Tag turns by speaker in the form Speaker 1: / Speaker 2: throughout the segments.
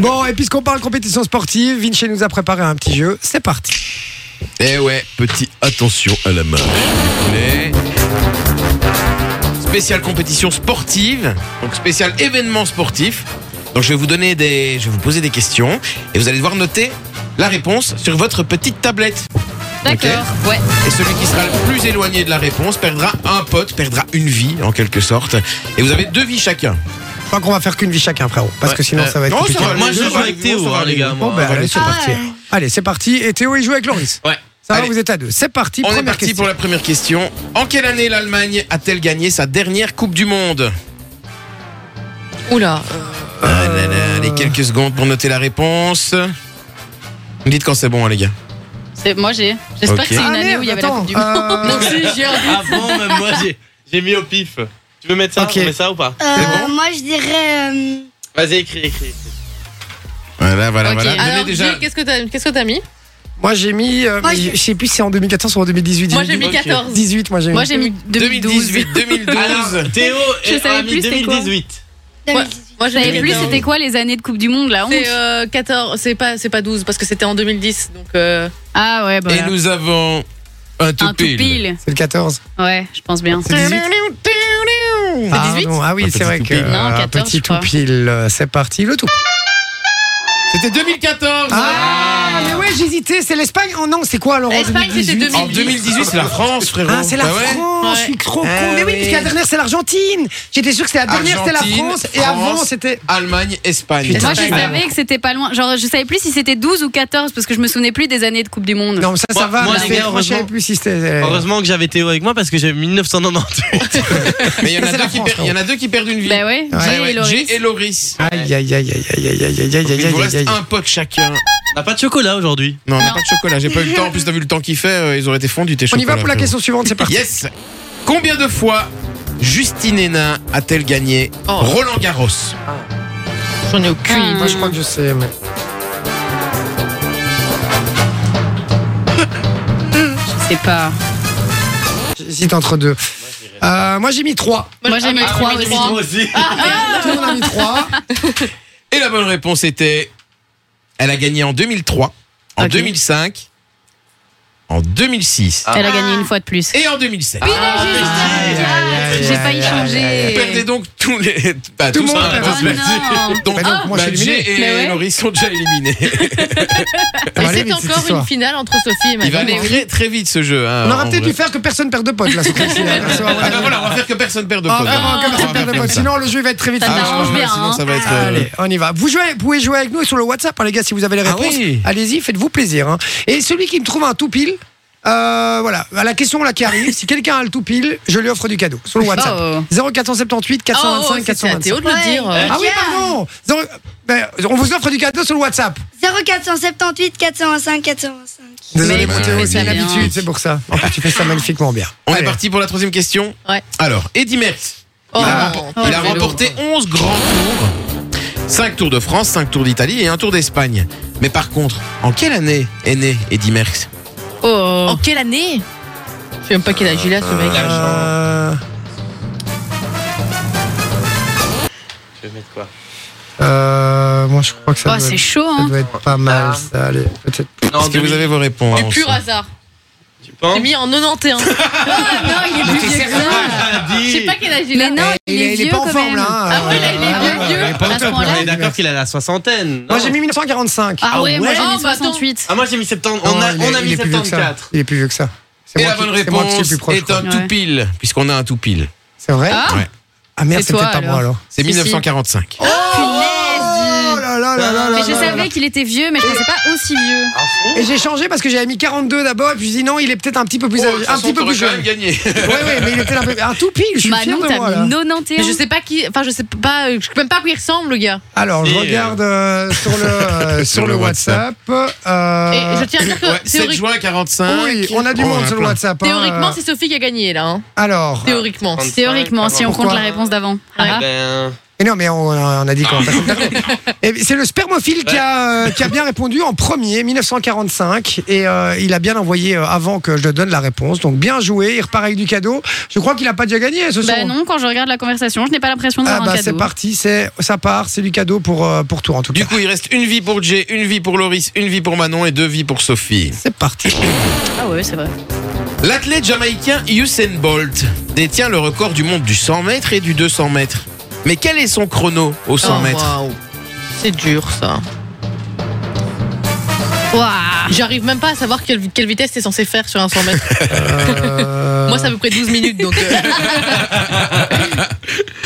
Speaker 1: Bon, et puisqu'on parle compétition sportive, Vinci nous a préparé un petit jeu. C'est parti.
Speaker 2: Eh ouais, petit attention à la main. Mais spéciale compétition sportive, donc spécial événement sportif. Donc je vais vous donner des, je vais vous poser des questions et vous allez devoir noter la réponse sur votre petite tablette.
Speaker 3: D'accord, ouais.
Speaker 2: Et celui qui sera le plus éloigné de la réponse perdra un pote, perdra une vie en quelque sorte. Et vous avez deux vies chacun.
Speaker 1: Je crois qu'on va faire qu'une vie chacun, frérot. Parce que sinon,
Speaker 2: Euh,
Speaker 1: ça va être
Speaker 2: non,
Speaker 1: compliqué.
Speaker 2: ça va,
Speaker 4: Moi,
Speaker 2: les
Speaker 4: je
Speaker 2: deux,
Speaker 4: joue
Speaker 2: ça va,
Speaker 4: avec Théo,
Speaker 2: ça va,
Speaker 4: hein, les gars,
Speaker 1: Bon,
Speaker 4: moi.
Speaker 1: ben,
Speaker 2: va
Speaker 1: allez,
Speaker 2: aller.
Speaker 1: c'est
Speaker 3: Ah
Speaker 1: parti.
Speaker 3: ouais.
Speaker 1: Allez, c'est parti. Et Théo, il joue avec Loris.
Speaker 4: Ouais.
Speaker 1: Ça va,
Speaker 2: Allez.
Speaker 1: vous êtes à deux. C'est parti.
Speaker 2: On est
Speaker 1: première
Speaker 2: parti
Speaker 1: question.
Speaker 2: pour la première question. En quelle année l'Allemagne a-t-elle gagné sa dernière Coupe du Monde
Speaker 3: Oula.
Speaker 2: Ah là là, Allez, quelques secondes pour noter la réponse. Vous dites quand c'est bon, hein, les gars.
Speaker 5: C'est- Moi j'ai. J'espère
Speaker 2: Ok.
Speaker 5: que c'est une
Speaker 1: Ah,
Speaker 5: année
Speaker 1: merde,
Speaker 5: où il y avait la
Speaker 1: attends,
Speaker 5: Coupe du Monde.
Speaker 1: euh,
Speaker 4: Avant, même Ah moi, j'ai- j'ai mis au pif. Tu veux mettre ça
Speaker 1: Ok.
Speaker 4: On met ça ou pas
Speaker 6: Euh, Moi, je dirais. euh,
Speaker 4: Vas-y, écris, écris.
Speaker 2: Voilà, voilà,
Speaker 3: Ok.
Speaker 2: voilà. Donnez
Speaker 3: Alors,
Speaker 2: déjà.
Speaker 3: Gilles, qu'est-ce que t'as qu'est-ce que t'as mis
Speaker 1: Moi, j'ai mis. euh,
Speaker 6: Moi,
Speaker 1: mais
Speaker 6: j'ai-
Speaker 1: je sais plus si c'est en 2014 ou en 2018.
Speaker 3: Moi j'ai mis
Speaker 4: Ok.
Speaker 3: 14.
Speaker 1: 18, moi j'ai mis.
Speaker 5: Moi j'ai mis 2012.
Speaker 2: 2018, 2012.
Speaker 4: Alors, Théo
Speaker 3: Je
Speaker 4: est-
Speaker 3: savais
Speaker 4: a mis
Speaker 3: plus c'était quoi.
Speaker 4: 2018.
Speaker 3: Ouais.
Speaker 6: 2018.
Speaker 3: Moi
Speaker 5: Je savais
Speaker 3: mis
Speaker 5: plus
Speaker 3: 14.
Speaker 5: c'était quoi les années de Coupe du Monde là 11
Speaker 3: C'est euh, 14, c'est pas, c'est pas 12 parce que c'était en 2010. Donc euh,
Speaker 5: Ah ouais, bah.
Speaker 2: Et nous avons un tout
Speaker 5: un tout pile.
Speaker 1: C'est le 14.
Speaker 5: Ouais, je pense bien.
Speaker 1: C'est 18. Ah,
Speaker 3: 18?
Speaker 1: non, ah
Speaker 2: Un
Speaker 1: oui,
Speaker 2: petit
Speaker 1: c'est vrai
Speaker 2: tout
Speaker 1: que.
Speaker 2: pile.
Speaker 5: Non,
Speaker 1: un
Speaker 5: 14,
Speaker 1: petit
Speaker 5: je
Speaker 1: tout
Speaker 5: crois.
Speaker 1: pile. euh, C'est parti, le tout.
Speaker 2: C'était 2014.
Speaker 1: Ah, mais ouais, j'hésitais. C'est l'Espagne Oh non, c'est quoi alors en
Speaker 3: L'Espagne, c'était
Speaker 1: 2018?
Speaker 3: 2000.
Speaker 2: En 2018, c'est la France, frérot.
Speaker 1: Ah, c'est la
Speaker 2: Bah ouais.
Speaker 1: France, je suis trop con.
Speaker 2: Ah
Speaker 1: mais oui,
Speaker 2: oui.
Speaker 1: puisque la dernière, c'est l'Argentine. J'étais sûr que c'était la dernière, c'était la
Speaker 2: Argentine,
Speaker 1: France. Et
Speaker 2: France.
Speaker 1: avant, c'était.
Speaker 2: Allemagne, Espagne.
Speaker 1: Putain,
Speaker 5: Moi je savais que c'était pas loin. Genre, je savais plus si c'était 12 ou 14 parce que je me souvenais plus des années de Coupe du Monde.
Speaker 1: Non, mais ça, ça
Speaker 4: Moi-
Speaker 1: va.
Speaker 4: moi,
Speaker 1: mais
Speaker 4: les
Speaker 1: c'est-
Speaker 4: gars,
Speaker 1: moi, je savais
Speaker 4: heureusement-
Speaker 1: plus si c'était.
Speaker 4: Heureusement que j'avais Théo avec moi parce que j'avais 1998.
Speaker 2: Mais il y en a
Speaker 1: C'est
Speaker 2: deux
Speaker 1: la
Speaker 2: qui
Speaker 1: France,
Speaker 2: per- il y en a deux qui perdent une vie.
Speaker 5: Bah ouais,
Speaker 1: Ouais.
Speaker 5: j'ai
Speaker 2: Ouais, ouais,
Speaker 5: et Loris.
Speaker 2: Jay et Loris.
Speaker 1: Aïe, aïe, aïe, aïe, aïe, aïe, aïe, aïe, aïe,
Speaker 2: Il
Speaker 1: aïe,
Speaker 2: vous reste
Speaker 1: aïe, aïe.
Speaker 2: un pote chacun.
Speaker 4: On n'a pas de chocolat aujourd'hui.
Speaker 2: Non, on n'a
Speaker 5: Non.
Speaker 2: pas de chocolat, j'ai pas eu le temps. En plus, t'as vu le temps qu'il fait, euh, ils auraient été fondus tes
Speaker 1: On y va
Speaker 2: chocolats,
Speaker 1: pour la
Speaker 2: frérot.
Speaker 1: question suivante, c'est parti.
Speaker 2: Yes Combien de fois Justine Hénin a-t-elle gagné
Speaker 3: Oh.
Speaker 2: Roland Garros
Speaker 3: j'en ai aucune.
Speaker 5: Ah.
Speaker 1: Moi, je crois que je sais. mais-
Speaker 5: Je sais pas.
Speaker 1: J'hésite entre deux. Euh, moi, j'ai mis trois.
Speaker 5: Moi, j'ai mis
Speaker 3: ah,
Speaker 5: trois
Speaker 3: j'ai
Speaker 5: aussi.
Speaker 3: mis trois.
Speaker 4: aussi.
Speaker 1: Tout le monde a mis trois.
Speaker 2: Et la bonne réponse était. Elle a gagné en 2003, en
Speaker 5: Ok.
Speaker 2: 2005, en 2006
Speaker 5: Elle a gagné une fois de plus. Ah,
Speaker 2: et en 2007.
Speaker 5: J'ai failli
Speaker 2: Vous perdez
Speaker 5: changer.
Speaker 2: donc tous les. bah,
Speaker 1: Tout le
Speaker 2: tous,
Speaker 1: monde
Speaker 2: hein,
Speaker 1: perd.
Speaker 2: on
Speaker 5: Oh
Speaker 2: se perd.
Speaker 5: non
Speaker 1: Bah
Speaker 2: Donc,
Speaker 1: donc, moi, je
Speaker 2: bah,
Speaker 1: suis éliminé.
Speaker 2: Jay et
Speaker 5: Mais ouais.
Speaker 2: Loris sont déjà éliminés.
Speaker 1: Ça va
Speaker 3: Ah, Et
Speaker 1: aller
Speaker 3: c'est
Speaker 1: vite, cette
Speaker 3: encore
Speaker 1: histoire.
Speaker 3: une finale entre Sophie et
Speaker 2: Il va
Speaker 3: Manon.
Speaker 2: aller très très vite ce jeu. hein,
Speaker 1: On
Speaker 2: en
Speaker 1: aurait peut-être
Speaker 2: vrai.
Speaker 1: dû faire que personne perde de potes là. ce coup-ci, là. Ça va,
Speaker 2: Ah bah
Speaker 1: voilà.
Speaker 2: voilà, on va faire que personne perde de
Speaker 1: Ah,
Speaker 2: potes.
Speaker 1: vraiment, que personne
Speaker 2: On va
Speaker 1: perde de
Speaker 2: faire
Speaker 1: potes.
Speaker 2: comme ça.
Speaker 1: Sinon, le jeu il va être très vite.
Speaker 5: Ça
Speaker 2: Ah,
Speaker 5: t'arrange
Speaker 2: franchement,
Speaker 5: bien,
Speaker 2: Sinon,
Speaker 5: hein.
Speaker 2: ça va être. euh,
Speaker 1: Allez, on y va. Vous jouez, pouvez jouer avec nous sur le WhatsApp, hein, les gars, si vous avez les
Speaker 2: Ah
Speaker 1: réponses.
Speaker 2: oui.
Speaker 1: Allez-y, faites-vous plaisir. hein. Et celui qui me trouve un tout pile, euh, voilà, à la question là qui arrive, si quelqu'un a le tout pile, je lui offre du cadeau sur le WhatsApp.
Speaker 5: Oh.
Speaker 1: 0478
Speaker 3: Oh, oh,
Speaker 1: 425
Speaker 3: c'était à
Speaker 1: 425.
Speaker 3: Théo de le
Speaker 6: Ouais.
Speaker 3: dire.
Speaker 1: Ah oui, pardon Zéro- ben, On vous offre du cadeau sur le WhatsApp.
Speaker 6: 0478 425 425.
Speaker 1: Désolé,
Speaker 5: Mais
Speaker 1: mon
Speaker 2: vous
Speaker 1: Théo,
Speaker 2: faites
Speaker 1: c'est
Speaker 5: bien.
Speaker 1: l'habitude, c'est pour ça. En fait, tu fais ça magnifiquement bien.
Speaker 2: On est
Speaker 1: Allez.
Speaker 2: parti pour la troisième question.
Speaker 3: Ouais.
Speaker 2: Alors, Eddy Merckx,
Speaker 3: Oh,
Speaker 2: il a,
Speaker 3: oh,
Speaker 2: rempo-
Speaker 3: oh,
Speaker 2: il a
Speaker 3: le vélo.
Speaker 2: remporté 11 grands tours. 5 tours de France, 5 tours d'Italie et un tour d'Espagne. Mais par contre, en quelle année est né Eddy Merckx
Speaker 5: Oh.
Speaker 3: En quelle année Je sais même pas quel âge il a ce mec.
Speaker 1: Euh,
Speaker 4: Je vais mettre quoi
Speaker 1: euh, moi, je crois que ça, doit,
Speaker 5: Oh, c'est
Speaker 1: être,
Speaker 5: chaud,
Speaker 1: ça
Speaker 5: hein.
Speaker 1: doit être pas mal. Ça, allez, peut-être.
Speaker 4: Non,
Speaker 2: Est-ce que vous avez vos réponses
Speaker 3: Du pur hasard.
Speaker 4: Tu
Speaker 3: J'ai
Speaker 4: penses
Speaker 3: mis en 91.
Speaker 5: Ah non, il est plus vieux que ça.
Speaker 3: Je sais pas quel âge il a.
Speaker 5: Mais non,
Speaker 1: Eh,
Speaker 5: il est
Speaker 1: il est
Speaker 5: vieux
Speaker 1: pas en
Speaker 5: quand
Speaker 1: forme
Speaker 5: même.
Speaker 1: là. hein.
Speaker 3: Ah ouais, là, il est
Speaker 1: Ah
Speaker 3: bien
Speaker 1: ouais,
Speaker 3: vieux.
Speaker 1: il est pas au
Speaker 5: À ce
Speaker 1: top, là.
Speaker 5: point-là.
Speaker 4: On est d'accord qu'il a la soixantaine.
Speaker 1: Moi
Speaker 4: non
Speaker 1: j'ai mis 1945.
Speaker 5: Ah ouais, moi
Speaker 4: Ah
Speaker 5: j'ai
Speaker 3: ouais.
Speaker 5: mis
Speaker 3: Oh, bah, attends.
Speaker 5: 68.
Speaker 4: Ah, moi j'ai mis 70. On a,
Speaker 1: Oh, il est-
Speaker 4: on a
Speaker 1: il
Speaker 4: mis
Speaker 1: est plus vieux que ça.
Speaker 4: 74.
Speaker 1: Il est plus vieux que ça. C'est
Speaker 2: Et
Speaker 1: moi
Speaker 2: la
Speaker 1: qui-
Speaker 2: bonne
Speaker 1: c'est moi qui suis le
Speaker 2: réponse
Speaker 1: plus proche, je
Speaker 2: est
Speaker 1: crois.
Speaker 2: un tout
Speaker 5: Ouais.
Speaker 2: pile, puisqu'on a un tout pile.
Speaker 1: C'est vrai
Speaker 5: Ah,
Speaker 2: Ouais.
Speaker 1: Ah merde,
Speaker 5: C'est
Speaker 1: c'est peut-être
Speaker 5: toi,
Speaker 1: pas moi alors.
Speaker 2: C'est Oh,
Speaker 5: Si,
Speaker 2: 1945.
Speaker 3: Oh.
Speaker 5: punaise
Speaker 1: Oh là là là là
Speaker 5: Mais
Speaker 1: là
Speaker 5: je
Speaker 1: là là.
Speaker 5: savais qu'il était vieux, mais je pensais pas aussi vieux.
Speaker 1: Et j'ai changé parce que j'avais mis 42 d'abord et puis j'ai dit non, il est peut-être un petit peu plus
Speaker 2: Oh, de
Speaker 1: âgé-
Speaker 2: toute
Speaker 1: un
Speaker 2: façon,
Speaker 1: petit peu
Speaker 2: t'aurais
Speaker 1: plus
Speaker 2: quand
Speaker 1: jeune.
Speaker 2: même gagné.
Speaker 1: Ouais ouais, mais il était un peu un tout pile, je suis fier
Speaker 5: Manon,
Speaker 1: de moi
Speaker 5: Bah, t'as
Speaker 1: là.
Speaker 5: mis
Speaker 3: Mais je
Speaker 5: 91.
Speaker 3: sais pas qui. Enfin, je sais pas. euh, Je sais même pas à quoi il ressemble, le gars.
Speaker 1: Alors, je
Speaker 4: Et, euh,
Speaker 1: regarde euh, sur le euh, sur
Speaker 2: sur
Speaker 1: le
Speaker 2: le
Speaker 1: WhatsApp.
Speaker 3: Et
Speaker 1: euh,
Speaker 3: je tiens à dire que
Speaker 2: Ouais, 7
Speaker 3: théorique-
Speaker 2: juin 45.
Speaker 1: Oui, on a du
Speaker 2: Oh,
Speaker 1: monde
Speaker 2: en
Speaker 1: sur le
Speaker 2: plein.
Speaker 1: WhatsApp. hein.
Speaker 3: théoriquement, c'est Sophie qui a gagné là. hein.
Speaker 1: Alors, euh,
Speaker 3: Théoriquement.
Speaker 4: Ah.
Speaker 5: Théoriquement, si on
Speaker 1: Pourquoi
Speaker 3: bah,
Speaker 5: compte la réponse d'avant. Ah,
Speaker 4: Ben,
Speaker 1: Et non, mais on, a- on a dit qu'on passait le tableau. Et C'est le spermophile qui, a, euh, qui a bien répondu en premier, 1945. Et euh, il a bien envoyé euh, avant que je te donne la réponse. Donc bien joué, il repart avec du cadeau. Je crois qu'il a pas déjà gagné ce soir.
Speaker 5: Bah non, quand je regarde la conversation, je n'ai pas l'impression
Speaker 1: Ah
Speaker 5: d'avoir
Speaker 1: bah
Speaker 5: un
Speaker 1: c'est
Speaker 5: cadeau.
Speaker 1: parti, c'est ça part, c'est du cadeau pour, euh, pour toi en tout cas.
Speaker 2: Du coup, il reste une vie pour Jay, une vie pour Loris, une vie pour Manon et deux vies pour Sophie.
Speaker 1: C'est parti.
Speaker 5: Ah ouais, c'est vrai.
Speaker 2: L'athlète jamaïcain Usain Bolt détient le record du monde du 100 mètres et du 200 mètres. Mais quel est son chrono au 100
Speaker 3: Oh,
Speaker 2: mètres
Speaker 3: waouh. C'est dur ça. J'arrive même pas à savoir quelle, quelle vitesse t'es censé faire sur un 100 mètres.
Speaker 1: Euh,
Speaker 3: Moi, c'est à peu près 12 minutes donc. euh,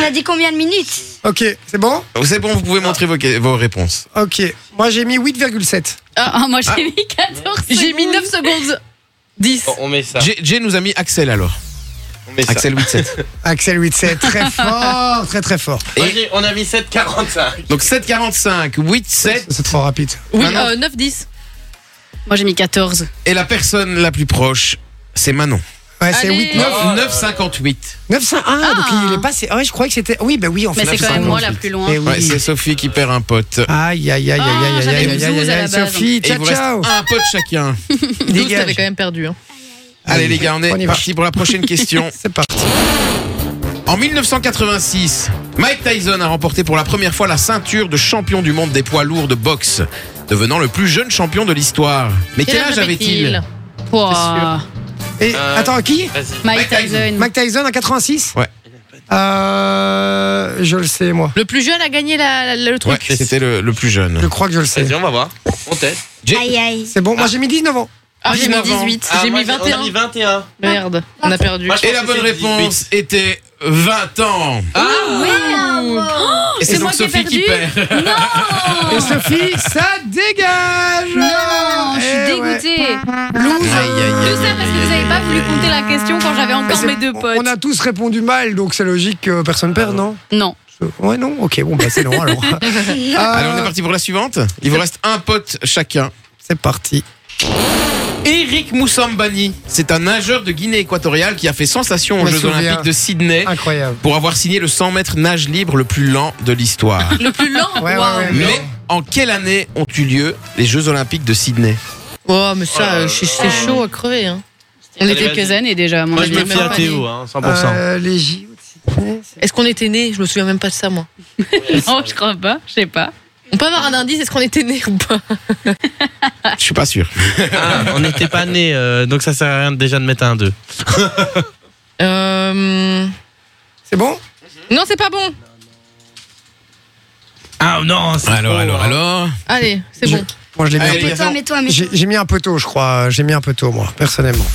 Speaker 6: On a dit combien de minutes
Speaker 1: Ok, c'est bon
Speaker 2: C'est bon, vous pouvez
Speaker 1: Ah.
Speaker 2: montrer vos, vos réponses.
Speaker 1: Ok. Moi j'ai mis 8,7.
Speaker 5: Ah, moi j'ai mis 14
Speaker 3: J'ai mis
Speaker 5: secondes.
Speaker 3: 9 secondes 10.
Speaker 4: Bon, on met ça.
Speaker 2: Jay, Jay nous a mis Axel alors.
Speaker 4: On met ça.
Speaker 2: Axel 87.
Speaker 1: Axel 8,7. Très fort, très très fort.
Speaker 4: Moi, j'ai- on a mis 7,45.
Speaker 2: Donc 7,45, 8,7.
Speaker 1: C'est trop rapide.
Speaker 3: Oui,
Speaker 2: Manon.
Speaker 3: euh, 9, 10.
Speaker 5: Moi j'ai mis 14.
Speaker 2: Et la personne la plus proche, c'est Manon.
Speaker 1: Ouais, c'est
Speaker 5: Allez.
Speaker 1: 8, 9.
Speaker 2: 9, 9,58.
Speaker 1: 9,5. Ah, donc il est passé. Ah Ouais, je croyais que c'était. Oui, bah oui, en fait.
Speaker 5: Mais c'est quand même moi la plus loin.
Speaker 1: Eh oui.
Speaker 2: Ouais, c'est Sophie qui perd un pote.
Speaker 1: Aïe, aïe, aïe, aïe, aïe,
Speaker 5: Ah,
Speaker 1: aïe,
Speaker 5: j'avais
Speaker 1: aïe,
Speaker 5: le
Speaker 1: aïe,
Speaker 5: zouz
Speaker 1: aïe,
Speaker 5: à
Speaker 1: aïe,
Speaker 5: la base.
Speaker 1: Sophie,
Speaker 2: Et il
Speaker 1: ciao,
Speaker 2: vous reste
Speaker 1: ciao.
Speaker 2: un pote chacun.
Speaker 3: 12,
Speaker 1: Dégage.
Speaker 3: t'avais quand même perdu. hein.
Speaker 2: Allez les gars, on
Speaker 1: On y
Speaker 2: est
Speaker 1: va.
Speaker 2: parti pour la prochaine question.
Speaker 1: C'est parti.
Speaker 2: En 1986, Mike Tyson a remporté pour la première fois la ceinture de champion du monde des poids lourds de boxe, devenant le plus jeune champion de l'histoire. Mais quel âge avait-il
Speaker 5: Pouah.
Speaker 1: Et
Speaker 4: Euh,
Speaker 1: attends, qui
Speaker 4: Vas-y.
Speaker 5: Mike Tyson.
Speaker 1: Mike Tyson en 86
Speaker 2: euh, Ouais.
Speaker 1: Euh. Je le sais, moi.
Speaker 3: Le plus jeune a gagné la- la- le
Speaker 2: Ouais,
Speaker 3: truc.
Speaker 2: c'était le, le plus jeune.
Speaker 1: Je crois que je le sais.
Speaker 4: Vas-y, on va voir. On teste.
Speaker 2: Jay,
Speaker 6: Aïe aïe.
Speaker 1: C'est bon, moi j'ai mis 19 ans.
Speaker 3: Ah, j'ai mis
Speaker 2: 19 ans.
Speaker 3: 18.
Speaker 4: Ah,
Speaker 3: j'ai
Speaker 4: moi,
Speaker 3: mis
Speaker 4: On a
Speaker 3: 21.
Speaker 4: mis 21.
Speaker 3: Merde, on a perdu.
Speaker 4: Moi, je
Speaker 2: Et
Speaker 4: pense
Speaker 2: la
Speaker 4: que
Speaker 2: bonne
Speaker 4: c'est 18.
Speaker 2: réponse était 20 ans.
Speaker 4: Ah
Speaker 2: Et c'est
Speaker 5: c'est
Speaker 2: donc
Speaker 5: moi qui ai
Speaker 2: Sophie qui
Speaker 5: perdu.
Speaker 2: perd. Oh.
Speaker 1: Et Sophie, ça dégage
Speaker 5: Non, je suis
Speaker 1: Eh ouais.
Speaker 5: dégoûtée.
Speaker 1: Loser.
Speaker 2: Aïe, aïe, aïe.
Speaker 5: Tout ça parce que vous n'avez pas voulu compter la question quand j'avais
Speaker 1: Mais
Speaker 5: encore
Speaker 1: c'est-
Speaker 5: mes deux potes.
Speaker 1: On a tous répondu mal, donc c'est logique que personne perde, non
Speaker 5: Non.
Speaker 1: Ouais, non Ok, bon, bah c'est non alors.
Speaker 2: Allez, on est
Speaker 1: Euh,
Speaker 2: parti pour la suivante. Il vous reste un pote chacun.
Speaker 1: C'est parti.
Speaker 2: Eric Moussambani, c'est un nageur de Guinée équatoriale qui a fait sensation aux
Speaker 1: Je me
Speaker 2: Jeux
Speaker 1: souviens.
Speaker 2: Olympiques de Sydney
Speaker 1: Incroyable.
Speaker 2: pour avoir signé le 100 mètres nage libre le plus lent de l'histoire.
Speaker 3: Le plus lent
Speaker 1: Ouais, ouais,
Speaker 3: Waouh.
Speaker 1: ouais.
Speaker 2: Mais en quelle année ont eu lieu les Jeux Olympiques de Sydney
Speaker 3: Oh, mais ça,
Speaker 4: Oh là
Speaker 3: euh, c'est c'est chaud à crever. Hein.
Speaker 5: On est
Speaker 4: Allez,
Speaker 5: quelques
Speaker 4: vas-y.
Speaker 5: années déjà, à mon
Speaker 4: Moi, je
Speaker 5: avis.
Speaker 4: me
Speaker 3: Mais
Speaker 4: fie à
Speaker 3: non.
Speaker 4: Théo, hein, 100%.
Speaker 1: Euh, les JO de Sydney, c'est-
Speaker 3: Est-ce qu'on était né Je me souviens même pas de ça, moi.
Speaker 5: Oh, je crois pas, je sais pas.
Speaker 3: On peut avoir un indice Est-ce qu'on était né ou pas
Speaker 2: Je suis pas sûr.
Speaker 4: Ah, on n'était pas nés, euh, donc ça sert à rien déjà de mettre un 2.
Speaker 3: euh...
Speaker 1: C'est bon
Speaker 3: Non, c'est pas bon.
Speaker 4: Ah non, c'est
Speaker 2: Alors,
Speaker 4: faux,
Speaker 2: alors,
Speaker 4: hein.
Speaker 2: alors.
Speaker 3: Allez, c'est
Speaker 1: Je-
Speaker 3: bon.
Speaker 1: Moi, je l'ai mis
Speaker 2: Allez,
Speaker 1: un
Speaker 2: les
Speaker 1: peu
Speaker 2: gars.
Speaker 6: Mets-toi, mets-toi, mets-toi.
Speaker 1: J'ai j'ai mis un peu tôt, je crois. J'ai mis un peu tôt, moi, personnellement.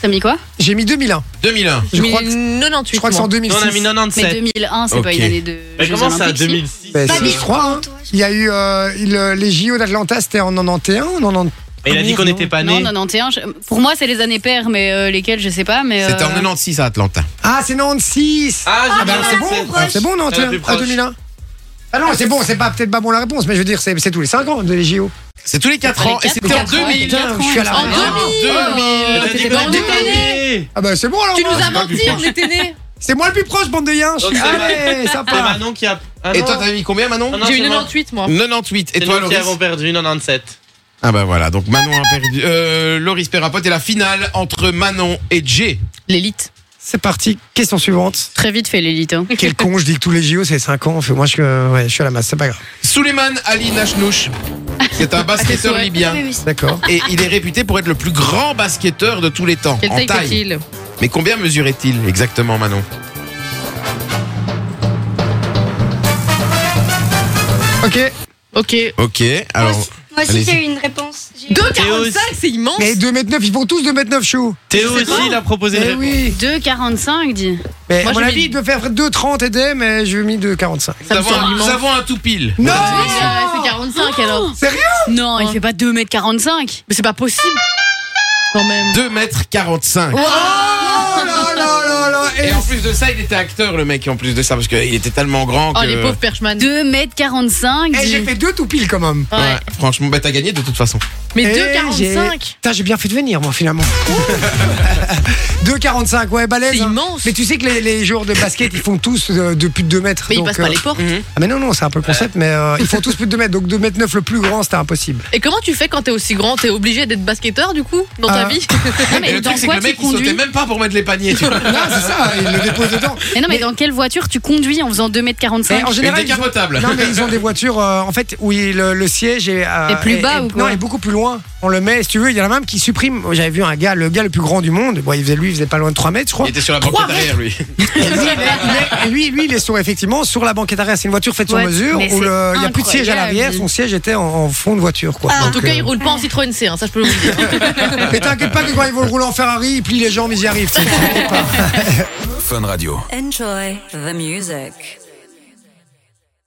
Speaker 5: T'as mis quoi
Speaker 1: J'ai mis 2001.
Speaker 2: 2001.
Speaker 1: Je crois que, je
Speaker 3: 98.
Speaker 1: crois que c'est en
Speaker 3: moi.
Speaker 4: Nous, on a
Speaker 1: 2006.
Speaker 4: mis
Speaker 5: Mais
Speaker 4: 97.
Speaker 5: 2001, c'est
Speaker 2: Ok.
Speaker 5: pas une année de.
Speaker 4: Mais
Speaker 5: Jeux
Speaker 4: comment ça,
Speaker 5: Olympiques, si
Speaker 4: 2006
Speaker 1: Ben, si,
Speaker 6: Pas
Speaker 1: je crois. hein.
Speaker 6: toi, je-
Speaker 1: Il y a eu euh, le- les JO d'Atlanta, c'était en 91 90...
Speaker 4: Mais il a dit qu'on n'était pas
Speaker 5: Non,
Speaker 4: nés.
Speaker 5: 91. je- Pour moi, c'est les années paires, mais euh, lesquelles, je sais pas. Mais
Speaker 2: C'était en
Speaker 5: euh,
Speaker 2: 96 à Atlanta.
Speaker 1: Ah, c'est 96
Speaker 4: Ah,
Speaker 1: Ah,
Speaker 4: j'ai
Speaker 1: ben,
Speaker 4: mis
Speaker 1: c'est
Speaker 6: la
Speaker 1: bon,
Speaker 6: plus
Speaker 1: Ah,
Speaker 6: proche.
Speaker 1: c'est bon, non,
Speaker 4: C'est la plus
Speaker 1: tiens, à
Speaker 4: proche.
Speaker 1: 2001. Ah non, c'est bon, c'est pas peut-être pas bon la réponse, mais je veux dire, c'est c'est tous les 5 ans de les JO.
Speaker 2: C'est tous les 4
Speaker 5: les
Speaker 2: ans et
Speaker 5: quatre,
Speaker 2: c'était en
Speaker 5: quatre ans,
Speaker 2: 2000.
Speaker 5: quatre ans,
Speaker 1: je suis à la
Speaker 5: en
Speaker 3: En
Speaker 2: Ah,
Speaker 1: Réunion.
Speaker 4: Il
Speaker 3: 2000
Speaker 4: a
Speaker 3: On
Speaker 4: dit
Speaker 3: était
Speaker 4: qu'on
Speaker 3: pas
Speaker 4: n'était pas
Speaker 3: nés.
Speaker 4: nés.
Speaker 1: Ah bah c'est bon alors.
Speaker 3: Tu nous
Speaker 1: moi.
Speaker 3: as menti, on était né.
Speaker 1: C'est moi le plus proche, bande de yinches.
Speaker 4: Donc, c'est
Speaker 1: Allez,
Speaker 4: C'est
Speaker 1: sympa.
Speaker 4: Manon qui a. Ah,
Speaker 2: Et
Speaker 4: non.
Speaker 2: toi, t'as mis combien, Manon
Speaker 4: Non, non,
Speaker 3: J'ai eu
Speaker 4: c'est moi.
Speaker 3: 98, moi.
Speaker 2: 98. Et
Speaker 4: C'est
Speaker 2: toi,
Speaker 4: nous qui
Speaker 2: Loris
Speaker 4: avons perdu 97.
Speaker 2: Ah bah voilà, donc Manon a perdu. Euh, Loris Perrapote et la finale entre Manon et Jay.
Speaker 3: L'élite.
Speaker 1: C'est parti, question suivante.
Speaker 5: Très vite fait, l'élite. hein.
Speaker 1: Quel con, je dis que tous les JO c'est 5 ans. Fait, moi je suis, euh, ouais, je suis à la masse, c'est pas grave.
Speaker 2: Souleiman Ali Nashnouch, c'est un basketteur
Speaker 3: souhait.
Speaker 2: libyen.
Speaker 6: Oui, oui, c'est-
Speaker 1: D'accord.
Speaker 2: Et il est réputé pour être le plus grand basketteur de tous les temps,
Speaker 3: Quelle
Speaker 2: en
Speaker 3: taille
Speaker 2: taille.
Speaker 3: fait-il
Speaker 2: Mais combien mesurait-il exactement, Manon
Speaker 1: Ok.
Speaker 3: Ok.
Speaker 2: Ok, alors.
Speaker 6: Moi aussi- Moi aussi,
Speaker 2: Allez-y.
Speaker 6: j'ai eu une réponse. J'ai eu-
Speaker 3: 2,45, c'est immense.
Speaker 1: Mais 2m9, ils font tous 2m9 chou.
Speaker 4: Théo aussi, il a proposé
Speaker 1: Eh oui.
Speaker 5: 2,45, dit.
Speaker 1: Mais
Speaker 3: Moi,
Speaker 1: à mon
Speaker 3: j'ai
Speaker 1: avis,
Speaker 3: mis-
Speaker 1: il doit faire 2,30 et des, mais j'ai mis 2,45.
Speaker 2: Nous
Speaker 3: me
Speaker 2: avons,
Speaker 3: semble
Speaker 2: un- nous
Speaker 3: immense.
Speaker 2: avons un tout pile.
Speaker 1: Non
Speaker 3: Ouais, c'est 45 alors.
Speaker 1: Sérieux
Speaker 5: Non, il
Speaker 1: Oh.
Speaker 3: Hein.
Speaker 5: fait pas 2m45.
Speaker 3: Mais c'est pas possible. Quand même.
Speaker 2: 2 mètres 45.
Speaker 1: Oh là là là là
Speaker 2: Et
Speaker 1: Et
Speaker 2: en plus de ça, il était acteur, le mec, en plus de ça, parce qu'il était tellement grand que.
Speaker 3: Oh, les pauvres Perchman.
Speaker 5: 2m45,
Speaker 1: eh, j'ai
Speaker 5: dit.
Speaker 1: fait deux tout pile quand même.
Speaker 2: Ouais,
Speaker 3: Ouais.
Speaker 2: franchement, bah t'as gagné de toute façon.
Speaker 3: Mais
Speaker 1: Et
Speaker 3: 2,45
Speaker 1: Eh, j'ai- Putain, j'ai bien fait de venir, moi, finalement. 2,45, ouais, balèze.
Speaker 3: C'est
Speaker 1: hein.
Speaker 3: immense.
Speaker 1: Mais tu sais que les, les joueurs de basket, ils font tous euh, de plus de 2 mètres.
Speaker 3: Mais ils
Speaker 1: donc,
Speaker 3: passent pas
Speaker 1: euh,
Speaker 3: les
Speaker 2: mhm.
Speaker 3: portes.
Speaker 1: ah, mais non, non, c'est un peu le concept, mais euh, ils font tous plus de 2 mètres. Donc 2 mètres 9, le plus grand, c'était impossible.
Speaker 3: Et comment tu fais quand t'es aussi grand T'es obligé d'être basketteur du coup dans ta
Speaker 1: Euh,
Speaker 3: vie
Speaker 5: Non,
Speaker 2: Et
Speaker 5: mais
Speaker 2: le
Speaker 5: dans
Speaker 2: truc, c'est que
Speaker 5: quoi
Speaker 2: le
Speaker 5: tu
Speaker 2: mec, il
Speaker 5: conduis
Speaker 2: sautait même pas pour mettre les paniers. tu vois.
Speaker 1: Non, Ah, c'est ça, ils le déposent dedans.
Speaker 5: mais non, mais,
Speaker 1: Mais-
Speaker 5: dans quelle voiture tu conduis en faisant 2m45
Speaker 1: Mais en
Speaker 2: Une
Speaker 1: général, ils ont-
Speaker 2: décapotable.
Speaker 1: Non, mais ils ont des voitures, euh, en fait, où il- le, le siège est. euh,
Speaker 5: Est plus bas ou quoi
Speaker 1: Non, est beaucoup plus loin. On le met, si tu veux, il y en a même qui suppriment. Moi, J'avais vu un gars, le gars le plus grand du monde. Bon, il faisait, lui, il faisait pas loin de 3 mètres, je crois.
Speaker 2: Il était sur la
Speaker 1: Trois
Speaker 2: banquette derrière, lui.
Speaker 1: Et lui, il est- il est- lui, lui, il est sur, effectivement, sur la banquette arrière. C'est une voiture faite sur
Speaker 5: Ouais,
Speaker 1: mesure
Speaker 5: mais
Speaker 1: où
Speaker 5: c'est
Speaker 1: le- il n'y a plus de siège à l'arrière.
Speaker 5: incroyable. Ah.
Speaker 1: Son siège était en, en fond de voiture, quoi.
Speaker 3: En
Speaker 1: Donc,
Speaker 3: tout cas,
Speaker 1: euh,
Speaker 3: ils roulent pas en Citroën C, hein, ça je peux vous le dire.
Speaker 1: Mais t'inquiète pas que quand ils vont le rouler en Ferrari, ils plient les jambes, ils y arrivent. tu sais.
Speaker 7: Enjoy the music.